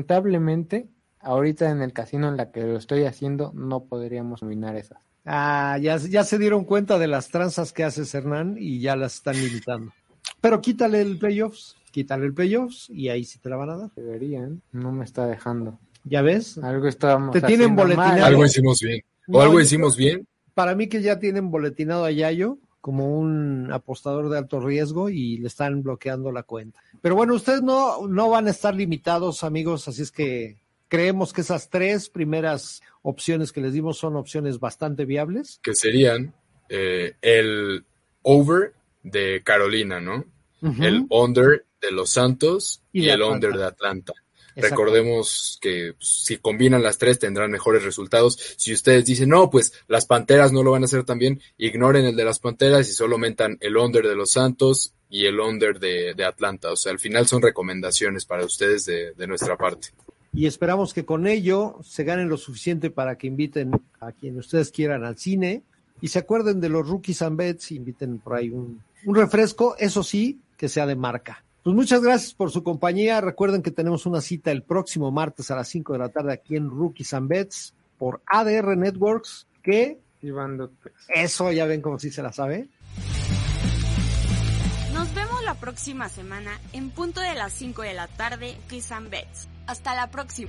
Speaker 2: lamentablemente, ahorita en el casino en la que lo estoy haciendo, no podríamos combinar esas.
Speaker 1: Ah, ya, ya se dieron cuenta de las tranzas que haces, Hernán, y ya las están limitando. Pero quítale el playoffs, quítale el playoffs y ahí sí te la van a dar.
Speaker 2: Deberían, no me está dejando.
Speaker 1: ¿Ya ves?
Speaker 2: Algo estábamos
Speaker 1: Te tienen
Speaker 2: haciendo mal.
Speaker 1: boletinado.
Speaker 3: Algo hicimos bien. O
Speaker 1: No,
Speaker 3: algo
Speaker 1: yo
Speaker 3: hicimos bien.
Speaker 1: Para mí que ya tienen boletinado a Yayo como un apostador de alto riesgo y le están bloqueando la cuenta. Pero bueno, ustedes no, no van a estar limitados, amigos, así es que creemos que esas tres primeras opciones que les dimos son opciones bastante viables.
Speaker 3: Que serían eh, el over de Carolina, ¿no?
Speaker 1: Ujú.
Speaker 3: El under de los Santos
Speaker 1: Y
Speaker 3: y,
Speaker 1: de
Speaker 3: el
Speaker 1: Atlanta.
Speaker 3: under de Atlanta.
Speaker 1: Exacto.
Speaker 3: Recordemos que pues, si combinan las tres tendrán mejores resultados. Si ustedes dicen, no, pues las Panteras no lo van a hacer tan bien, ignoren el de las Panteras y solo metan el under de los Santos y el under de, de Atlanta. O sea, al final son recomendaciones para ustedes de- de nuestra parte.
Speaker 1: y esperamos que con ello se ganen lo suficiente para que inviten a quien ustedes quieran al cine y se acuerden de los rookies and bets y inviten por ahí un, un refresco, eso sí, que sea de marca. Pues muchas gracias por su compañía. Recuerden que tenemos una cita el próximo martes a las 5 de la tarde aquí en Rookies and Bets por ADR Networks, que
Speaker 2: Llevando tres.
Speaker 1: eso ya ven como si se la sabe.
Speaker 4: Nos vemos la próxima semana en punto de las 5 de la tarde, Kiss and Bets. Hasta la próxima.